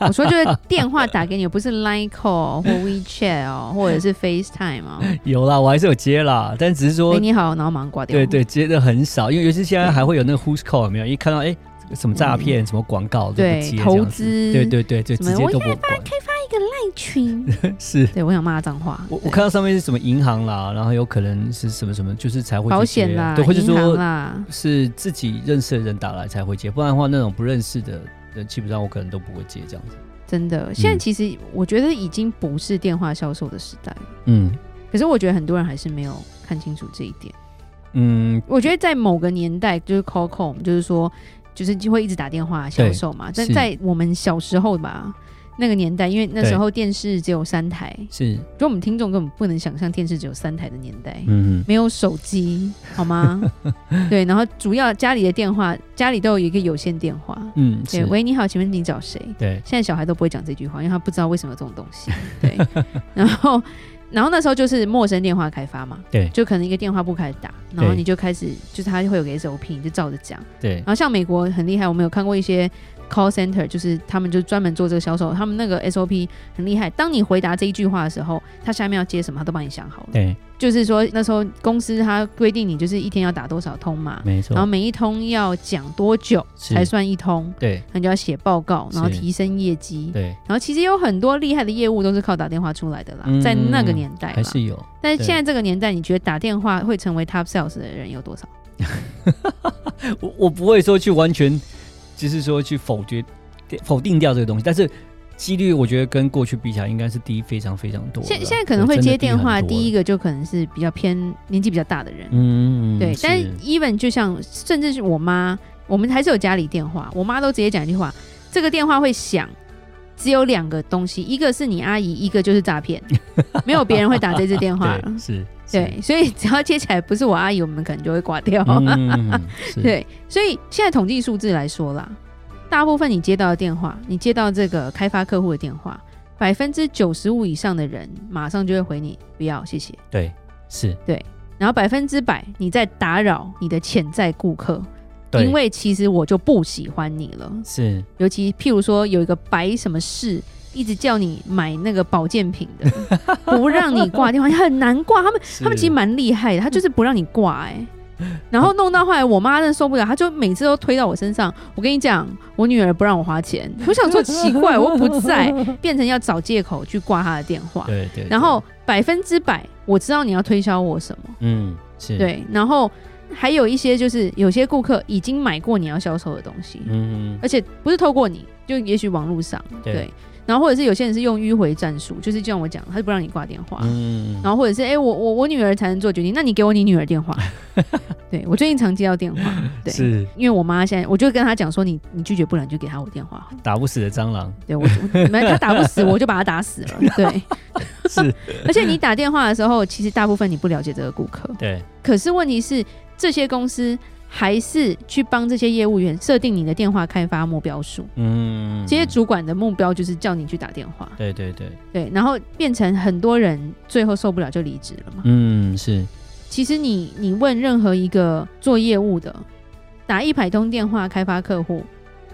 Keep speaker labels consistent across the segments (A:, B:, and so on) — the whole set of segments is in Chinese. A: 我说就是电话打给你，不是 Line Call 或 WeChat 哦，或者是 FaceTime 哦。
B: 有啦，我还是有接啦，但只是
A: 喂，
B: 说，
A: 你好，然后马上挂掉。
B: 对，对，接的很少，因为尤其现在还会有那个 Who's Call 有没有？一看到哎、这个什么诈骗、什么广告都不
A: 嗯对
B: 接，
A: 投
B: 这样子
A: 资
B: 对对对对，
A: 什
B: 直
A: 么
B: 接都不管。
A: 赖群，
B: 是
A: 对我想骂脏话。
B: 我我
A: 对
B: 看到上面是什么银行啦，然后有可能是什么什么，就是才会去
A: 保险
B: 接
A: 啦，
B: 对，或者
A: 银行啊
B: 说
A: 啦，
B: 是自己认识的人打来才会接，不然的话那种不认识的人，基本上我可能都不会接这样子。
A: 真的，现在
B: 嗯
A: 其实我觉得已经不是电话销售的时代了。
B: 嗯
A: 可是我觉得很多人还是没有看清楚这一点。
B: 嗯，
A: 我觉得在某个年代，就是 call c o m 就是说，就是就会一直打电话销售嘛。但
B: 是
A: 在我们小时候吧，那个年代，因为那时候电视只有三台，
B: 是
A: 就我们听众根本不能想象电视只有三台的年代。
B: 嗯
A: 没有手机，好吗？对，然后主要家里的电话，家里都有一个有线电话。
B: 嗯
A: 对，
B: 是
A: 喂，你好，请问你找谁？
B: 对
A: 现在小孩都不会讲这句话，因为他不知道为什么有这种东西。 对，然后然后那时候就是陌生电话开发嘛，
B: 对
A: 就可能一个电话簿开始打，然后
B: 对
A: 你就开始就是他会有个 SOP，你就照着讲。
B: 对
A: 然后像美国很厉害，我们有看过一些 call center，就是他们就专门做这个销售，他们那个 SOP 很厉害。当你回答这一句话的时候，他下面要接什么，他都帮你想好了。
B: 对，
A: 就是说那时候公司它规定你就是一天要打多少通嘛，
B: 没
A: 然后
B: 错，
A: 每一通要讲多久
B: 是
A: 才算一通。
B: 对
A: 那你就要写报告，然后
B: 是
A: 提升业绩。
B: 对，
A: 然后其实有很多厉害的业务都是靠打电话出来的啦，
B: 嗯
A: 在那个年代
B: 还
A: 啦。
B: 是有
A: 但是
B: 对
A: 现在这个年代，你觉得打电话会成为 top sales 的人有多少？
B: 我我不会说去完全，就是说去否决否定掉这个东西，但是几率我觉得跟过去比起来，应该是低非常非常多了。
A: 现现在可能会
B: 对
A: 接电话，第一
B: 个，
A: 个就可能是比较偏年纪比较大的人。
B: 嗯，
A: 对，但 even 就像甚至是我妈，我们还是有家里电话，我妈都直接讲一句话：这个电话会响，只有两个东西，一个是你阿姨，一个就是诈 骗，没有别人会打这支电话了
B: 对。是，
A: 对，所以只要接起来不是我阿姨，我们可能就会挂掉。
B: 是， 嗯，是，
A: 对，所以现在统计数字来说啦，大部分你接到的电话，你接到这个开发客户的电话，百分之九十五以上的人马上就会回你不要谢谢，
B: 对是，
A: 然后百分之百你在打扰你的潜在顾客，
B: 对，
A: 因为其实我就不喜欢你了。
B: 是
A: 尤其譬如说有一个白什么事。一直叫你买那个保健品的， 不让你挂电话，很难挂。他们他们其实蛮厉害的，他就是不让你挂哎、 然后弄到后来，我妈真的受不了，她就每次都推到我身上。我跟你讲，我女儿不让我花 钱，我想说奇怪，我又不在，变成要找借口去挂她的电话。
B: 对对，
A: 然后百分之百我知道你要推销我什么，
B: 对嗯是，，
A: 对。然后还有一些就是有些顾客已经买过你要销售的东西，
B: 嗯
A: 而且不是透过你，就也许网络上
B: 对
A: 对。然后或者是有些人是用迂回战术，就是就像我讲，他就不让你挂电话，
B: 嗯
A: 然后或者是哎、诶我我我女儿才能做决定，那你给我你女儿 电话。对我最近常接到电话，对，
B: 是
A: 因为我妈现在，我就跟她讲说，你你拒绝不了，你就给她我电话。
B: 打不死的蟑螂，
A: 对我，我没有她打不死，我就把她打 死了。对，
B: 是
A: 而且你打电话的时候，其实大部分你不了解这个顾客，
B: 对
A: 可是问题是这些公司还是去帮这些业务员设定你的电话开发目标数。
B: 嗯
A: 这些主管的目标就是叫你去打电话，
B: 对对对，
A: 对，然后变成很多人最后受不了就离职了嘛。
B: 嗯是
A: 其实你你问任何一个做业务的，打一百通电话开发客户，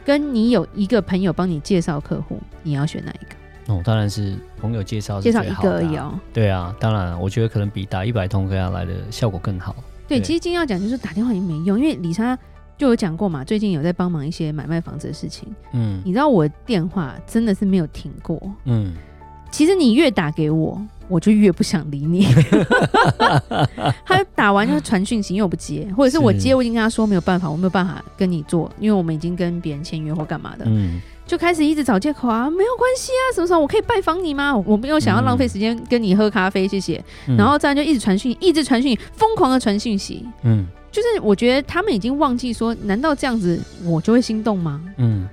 A: 跟你有一个朋友帮你介绍客户，你要选哪一个？
B: 哦，当然是朋友介绍是
A: 介绍
B: 最
A: 一
B: 好
A: 个而
B: 的
A: 已
B: 啊
A: 哦。
B: 对啊，当然，我觉得可能比打一百通更要来的效果更好。
A: 对，
B: 对
A: 其实今天要讲就是打电话也没用，因为李莎就有讲过嘛，最近有在帮忙一些买卖房子的事情。
B: 嗯
A: 你知道我电话真的是没有停过，
B: 嗯，
A: 其实你越打给我，我就越不想理 你。他打完就传讯息，因为我不接，或者是我
B: 是
A: 接，我已经跟他说没有办法，我没有办法跟你做，因为我们已经跟别人签约或干嘛的。
B: 嗯，
A: 就开始一直找借口啊，没有关系啊，什么时候我可以拜访你吗？我我没有想要浪费时间跟你喝咖啡，谢谢。
B: 嗯
A: 然后这样就一直传讯，一直传讯，疯狂的传讯息。
B: 嗯
A: 就是我觉得他们已经忘记说，难道这样子我就会心动吗？
B: 嗯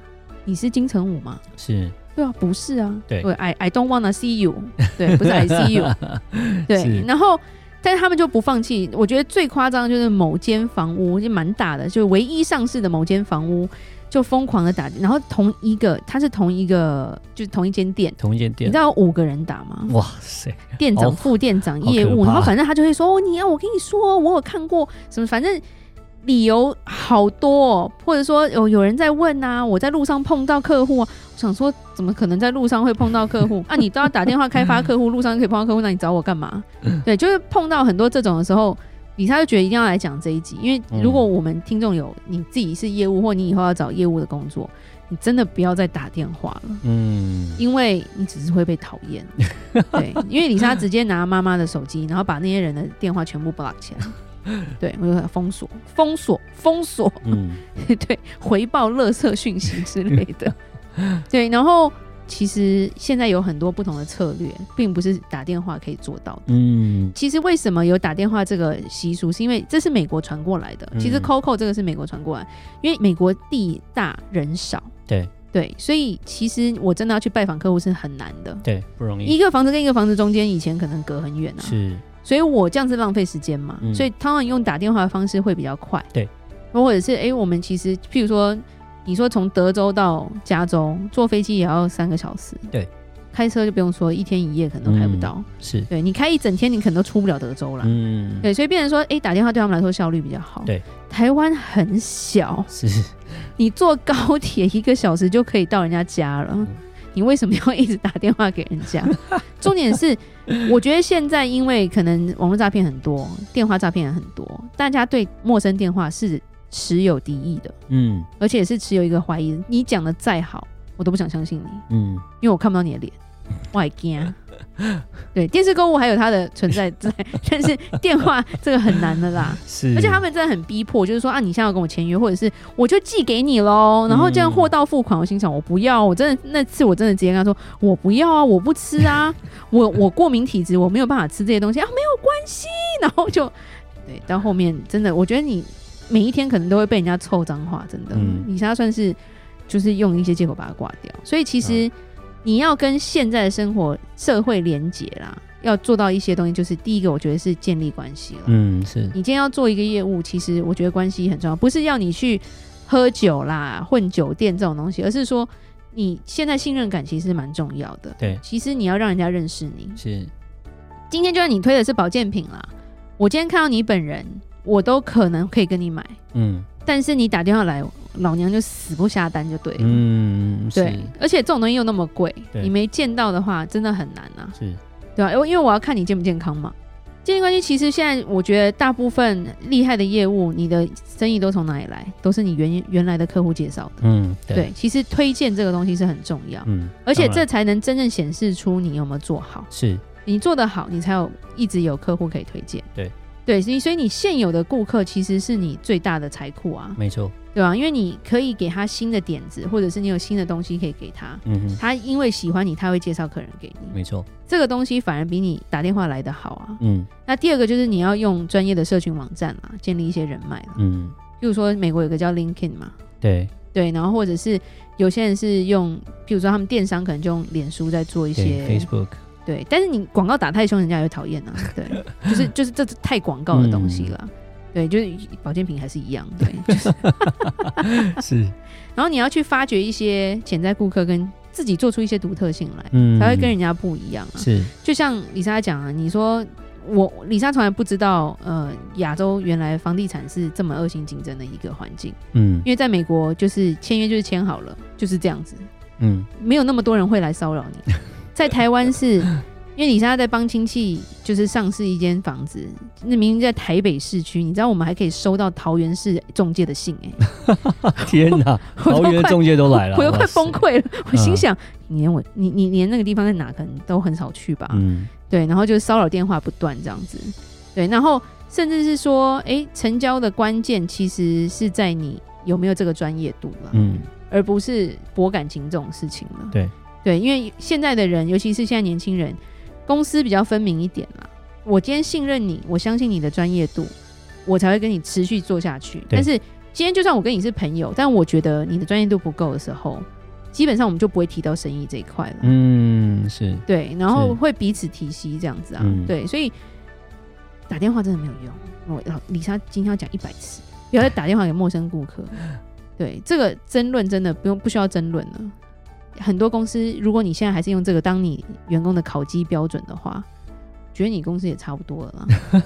A: 你是金城武吗？
B: 是，
A: 对啊，不是啊，
B: 对
A: ，I I don't wanna see you，对，不是 I see you，
B: 是
A: 对，然后。但是他们就不放弃。我觉得最夸张的就是某间房屋，就蛮大的，就是唯一上市的某间房屋，就疯狂的打。然后同一个，它是同一个，就是同一间店，
B: 同一间
A: 你
B: 店
A: 知，道有五个人打吗？
B: 哇塞，
A: 店
B: 好
A: 长、副店长、
B: 好
A: 业
B: 可
A: 务，
B: 怕
A: 然后反正他就会说：“哦，你啊，我跟你说，我有看过什么，反正理由好多、哦，或者说有有人在问啊，我在路上碰到客户啊，我想说怎么可能在路上会碰到客户 啊？你都要打电话开发客户，路上可以碰到客户，那你找我干嘛？
B: 嗯
A: 对，就是碰到很多这种的时候。”李莎就觉得一定要来讲这一集，因为如果
B: 嗯
A: 我们听众有你自己是业务，或你以后要找业务的工作，你真的不要再打电话了。
B: 嗯，
A: 因为你只是会被讨厌。对，因为李莎直接拿妈妈的手机，然后把那些人的电话全部 block 起来。对，我就说封锁、封锁、封锁，
B: 嗯，
A: 对，回报垃圾讯息之类的。对，然后其实现在有很多不同的策略，并不是打电话可以做到的。
B: 嗯，
A: 其实为什么有打电话这个习俗，是因为这是美国传过来的。
B: 嗯
A: 其实 COCO 这个是美国传过来，因为美国地大人少，
B: 对
A: 对，所以其实我真的要去拜访客户是很难的。
B: 对，不容易，
A: 一个房子跟一个房子中间以前可能隔很远啊，
B: 是，
A: 所以我这样子浪费时间嘛，
B: 嗯
A: 所以当然用打电话的方式会比较快。
B: 对，
A: 或者是哎、诶我们其实譬如说，你说从德州到加州坐飞机也要三个小时，
B: 对，嗯
A: 开车就不用说，一天一夜可能都开不到。
B: 是，
A: 对你开一整天，你可能都出不了德州啦。
B: 嗯，
A: 对，所以变成说，哎、打电话对他们来说效率比较好。
B: 对，
A: 台湾很小，
B: 是，
A: 你坐高铁一个小时就可以到人家家了，你为什么要一直打电话给人家？重点是，我觉得现在因为可能网络诈骗很多，电话诈骗也很多，大家对陌生电话是持有敌意的，
B: 嗯
A: 而且是持有一个怀疑，你讲的再好，我都不想相信你，
B: 嗯，
A: 因为我看不到你的脸，我还惊。对，电视购物还有它的存在在，但是电话这个很难的啦。
B: 是，
A: 而且他们真的很逼迫，就是说啊，你现在要跟我签约，或者是我就寄给你喽，
B: 嗯
A: 然后这样货到付款。我心想，我不要，我真的那次我真的直接跟他说，我不要啊，我不吃啊， 我我过敏体质，我没有办法吃这些东西啊，没有关系。然后就 对，到后面真的，我觉得你每一天可能都会被人家臭脏话，真的。
B: 嗯
A: 李莎算是就是用一些借口把它挂掉，所以其
B: 嗯
A: 实你要跟现在的生活社会连结啦。要做到一些东西，就是第一个，我觉得是建立关系了。
B: 嗯是，
A: 你今天要做一个业务，其实我觉得关系很重要，不是要你去喝酒啦、混酒店这种东西，而是说你现在信任感其实蛮重要的。
B: 对
A: 其实你要让人家认识你。
B: 是，
A: 今天就算你推的是保健品啦，我今天看到你本人，我都可能可以跟你买，
B: 嗯
A: 但是你打电话来，老娘就死不下单就对了。
B: 嗯是
A: 对，而且这种东西又那么贵，
B: 对
A: 你没见到的话，真的很难啊。
B: 是，
A: 对啊，因为因为我要看你健不健康嘛。建立关系其实现在我觉得大部分厉害的业务，你的生意都从哪里来？都是你原原来的客户介绍的。
B: 嗯对，
A: 对，其实推荐这个东西是很重要，
B: 嗯，
A: 而且
B: 当
A: 这
B: 然
A: 才能真正显示出你有没有做好。
B: 是
A: 你做得好，你才有一直有客户可以推荐。
B: 对
A: 对，所以所以你现有的顾客其实是你最大的财库啊，
B: 没错，
A: 对吧、因为你可以给他新的点子，或者是你有新的东西可以给他，
B: 嗯哼，
A: 他因为喜欢你，他会介绍客人给你。
B: 没错，
A: 这个东西反而比你打电话来的好啊。
B: 嗯
A: 那第二个就是你要用专业的社群网站啦，建立一些人脉啦。
B: 嗯
A: 譬如说美国有个叫 LinkedIn 嘛，
B: 对
A: 对，然后或者是有些人是用，譬如说他们电商可能就用脸书在做一
B: 对
A: 些
B: ，Facebook
A: 对，但是你广告打太凶，人家也会讨厌啊。 对，就是就是这太广告的东西啦。
B: 嗯
A: 对，就是保健品还是一样，对。 就是、
B: 是，
A: 然后你要去发掘一些潜在顾客，跟自己做出一些独特性来，
B: 嗯
A: 才会跟人家不一样啊。
B: 是，
A: 就像李莎讲啊，你说我李莎从来不知道，呃，亚洲原来房地产是这么恶性竞争的一个环境，
B: 嗯
A: 因为在美国就是签约就是签好了，就是这样子，
B: 嗯
A: 没有那么多人会来骚扰 你。在台湾是，因为李莎在帮亲戚就是上市一间房子，那明明在台北市区，你知道我们还可以收到桃园市中介的信、 欸，
B: 天哪，
A: 我
B: 桃
A: 都
B: 园
A: 快
B: 中介都来了，
A: 我都快
B: 哇塞
A: 崩，溃了。我
B: 嗯
A: 心想，你连我你你连那个地方在哪，可能都很少去吧。
B: 嗯
A: 对，然后就是骚扰电话不断这样子，对，然后甚至是说，哎，成交的关键其实是在你有没有这个专业度了，
B: 嗯
A: 而不是博感情这种事情了。
B: 对
A: 对，因为现在的人，尤其是现在年轻人，公司比较分明一点啦。我今天信任你，我相信你的专业度，我才会跟你持续做下去。但是今天就算我跟你是朋友，但我觉得你的专业度不够的时候，基本上我们就不会提到生意这一块了。
B: 嗯，是
A: 对，然后
B: 是
A: 会彼此提息这样子啊。
B: 嗯
A: 对，所以打电话真的没有用。我老李莎今天要讲一百次，不要再打电话给陌生 顾客。对，这个争论真的不用不需要争论了。很多公司，如果你现在还是用这个当你员工的考绩标准的话，觉得你公司也差不多了啦。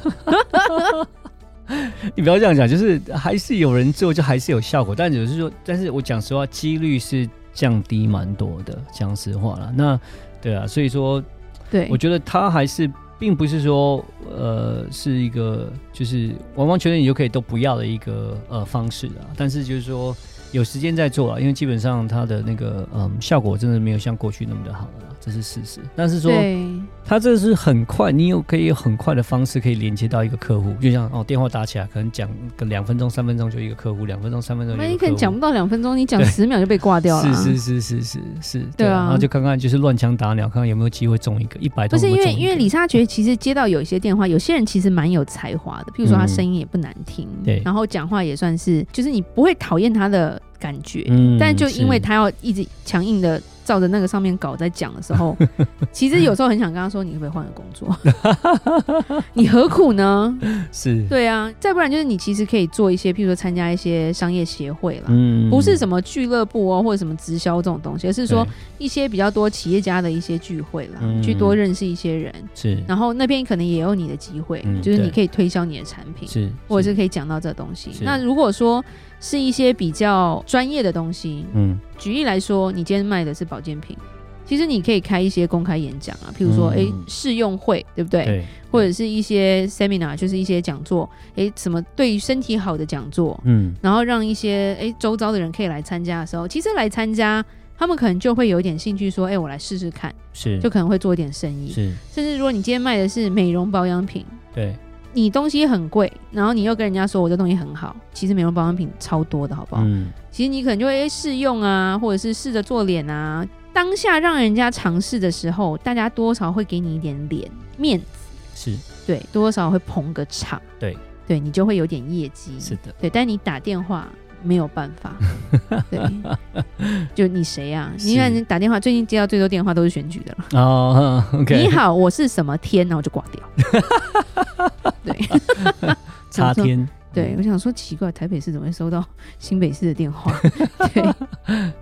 B: 你不要这样讲，就是还是有人做，就还是有效果。但只是说，但是我讲实话，几率是降低蛮多的。讲实话了，那对啊，所以说
A: 对
B: 我，觉得他还是并不是说呃是一个就是完完全全你就可以都不要的一个呃方式啊，但是就是说有时间再做了，因为基本上它的那个嗯效果真的没有像过去那么的好了啦，这是事实。但是说
A: 对，
B: 它这是很快，你有可以有很快的方式可以连接到一个客户，就像哦电话打起来，可能讲个两分钟三分钟就一个客户，两分钟三分钟就
A: 那
B: 一个
A: 你
B: 客
A: 可能
B: 户。
A: 讲不到两分钟，你讲
B: 对
A: 十秒就被挂掉了啊。
B: 是是是是是是，
A: 对啊
B: 然后就看看就是乱枪打鸟，看看有没有机会中一个一百
A: 不
B: 多。
A: 是因为
B: 中一个
A: 因为李莎觉得其实接到有一些电话，有些人其实蛮有才华的，譬如说他
B: 嗯
A: 声音也不难听，
B: 对
A: 然后讲话也算是，就是你不会讨厌他的感觉，
B: 嗯
A: 但就因为
B: 是
A: 他要一直强硬的照着那个上面稿在讲的时 候，其实有时候很想跟他说，你可不可以换个工作？ 你何苦呢？
B: 是，
A: 对啊，再不然就是你其实可以做一些，譬如说参加一些商业协会啦。
B: 嗯
A: 啊不是什
B: 么
A: 么俱乐部哦，或者什么直销这种东西，而是说一些比较多企业家的一些聚会啦，
B: 嗯
A: 去多认识一些人，
B: 是
A: 然后那边可能也有你的机会，
B: 嗯
A: 就是你
B: 对
A: 可以推销你的产品，
B: 是，
A: 或者是可以讲到这东西。
B: 是
A: 那如果说是一些比较专业的东西，
B: 嗯
A: 举例来说，你今天卖的是保健品，其实你可以开一些公开演讲啊，譬如说，
B: 嗯
A: 诶试用会，对不对？
B: 对，
A: 或者是一些 seminar，就是一些讲座，诶，什么对于身体好的讲座，
B: 嗯
A: 然后让一些诶周遭的人可以来参加的时候，其实来参加，他们可能就会有一点兴趣，说，诶，我来试试看，
B: 是
A: 就可能会做一点生意。
B: 是
A: 甚至如果你今天卖的是美容保养品，
B: 对，
A: 你东西很贵，然后你又跟人家说我这东西很好，其实美容保养品超多的好不好？
B: 嗯
A: 其实你可能就会诶试用啊，或者是试着做脸啊。当下让人家尝试的时候，大家多少会给你一点脸面子，
B: 是
A: 对，多少会捧个场，
B: 对，
A: 对你就会有点业绩，
B: 是的，
A: 对。但你打电话没有办 法，对，就你谁呀、啊？你
B: 是
A: 看你打电话，最近接到最多电话都是选举的了。
B: 哦，OK，
A: 你好，我是什么天，然后就挂 掉。对，
B: 插
A: 想说。
B: 天，
A: 对，我想说奇怪，台北市怎么会收到新北市的电 话？对，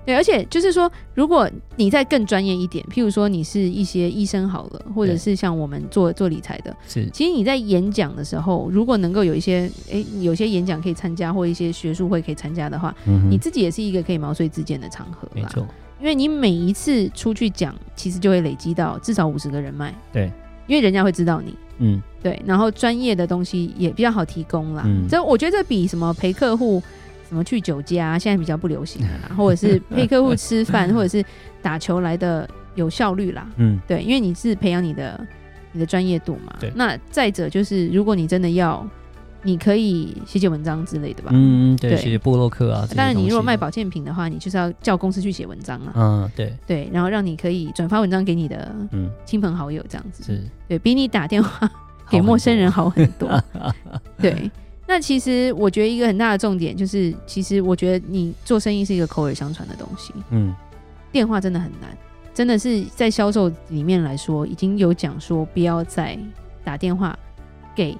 A: 对，而且就是说，如果你再更专业一点，譬如说你是一些医生好了，或者
B: 对
A: 是像我们做做理财的，
B: 是
A: 其实你在演讲的时候，如果能够有一些诶，有些演讲可以参加，或一些学术会可以参加的话，
B: 嗯
A: 你
B: 哼，
A: 自己也是一个可以毛遂自荐的场合
B: 没
A: 啦。
B: 错，
A: 因为你每一次出去讲，其实就会累积到至少五十个人脉。
B: 对，
A: 因为人家会知道你。
B: 嗯
A: 对，然后专业的东西也比较好提供啦。
B: 嗯
A: 这我觉得这比什么陪客户什么去酒家、啊现在比较不流行了啦，或者 是陪客户吃饭，或者是打球来的有效率啦。
B: 嗯
A: 对，因为你是培养你的你的专业度嘛
B: 对。
A: 那再者就是，如果你真的要，你可以写写文章之类的吧。
B: 嗯，对，
A: 对
B: 写布洛克啊，这些
A: 当然，你
B: 东
A: 如果
B: 西
A: 卖，保健品的话，你就是要叫公司去写文章啊，
B: 嗯，对，
A: 对，然后让你可以转发文章给你的
B: 嗯，
A: 亲朋好友这样子，
B: 是
A: 对比你打电话
B: 好
A: 给
B: 很
A: 陌生
B: 多
A: 人好很多。 对，那其实我觉得一个很大的重点就是，其实我觉得你做生意是一个口耳相传的东西，
B: 嗯，
A: 电话真的很难，真的是在销售里面来说，已经有讲说不要再打电话给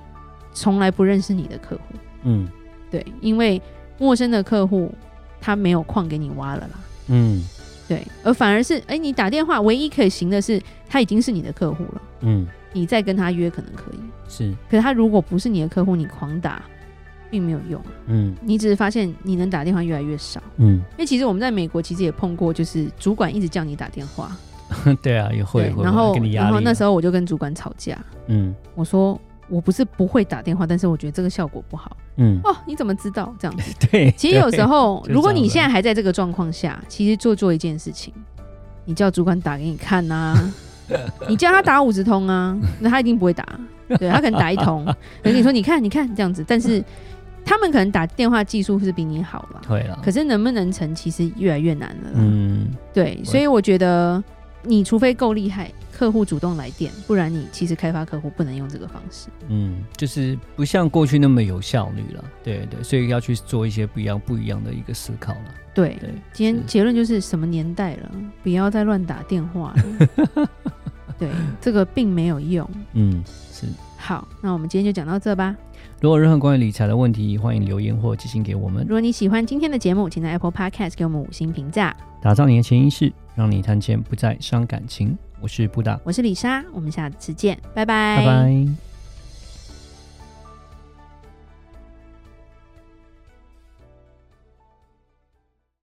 A: 从来不认识你的客户，
B: 嗯
A: 对，因为陌生的客户他没有矿给你挖了啦。
B: 嗯
A: 对，而反而是，哎、你打电话唯一可行的是，他已经是你的客户了，
B: 嗯，
A: 你再跟他约可能可以。
B: 是，
A: 可是他如果不是你的客户，你狂打并没有用，
B: 嗯
A: 你只是发现你能打电话越来越少。
B: 嗯，
A: 因为其实我们在美国其实也碰过，就是主管一直叫你打电话，
B: 对啊，也会
A: 对
B: 会，
A: 然后
B: 给你压
A: 然后
B: 力
A: 那
B: 啊，
A: 时候我就跟主管吵架，
B: 嗯
A: 我说我不是不会打电话，但是我觉得这个效果不好。
B: 嗯，
A: 哦，你怎么知道这样子？
B: 对，
A: 其实有时
B: 对
A: 候，
B: 对
A: 如果你
B: 就这
A: 现
B: 样
A: 在还在这个状况下，其实做做一件事情，你叫主管打给你看呐、 你叫他打五十通啊，那他一定不会打，对他可能打一 通，跟你说你看你看这样子，但是他们可能打电话技术是比你好了，
B: 会啊了
A: 可，是能不能成其实越来越难了啦，
B: 嗯，
A: 对，所以我觉得你除非够厉害，客户主动来电，不然你其实开发客户不能用这个方式。
B: 嗯，就是不像过去那么有效率了，对对，所以要去做一些不一样、不一样的一个思考了。
A: 对，
B: 对，
A: 今天
B: 是
A: 结论就是什么年代了，不要再乱打电话了。 对，这个并没有用。
B: 嗯是。
A: 好，那我们今天就讲到这吧。
B: 如果有任何关于理财的问题，欢迎留言或寄信给我们
A: 如。果你喜欢今天的节目，请在 Apple Podcast 给我们五星评价。
B: 打造你的潜意识，让你谈钱不再伤感情。我是布达，
A: 我是李莎，我们下次见，拜
B: 拜拜。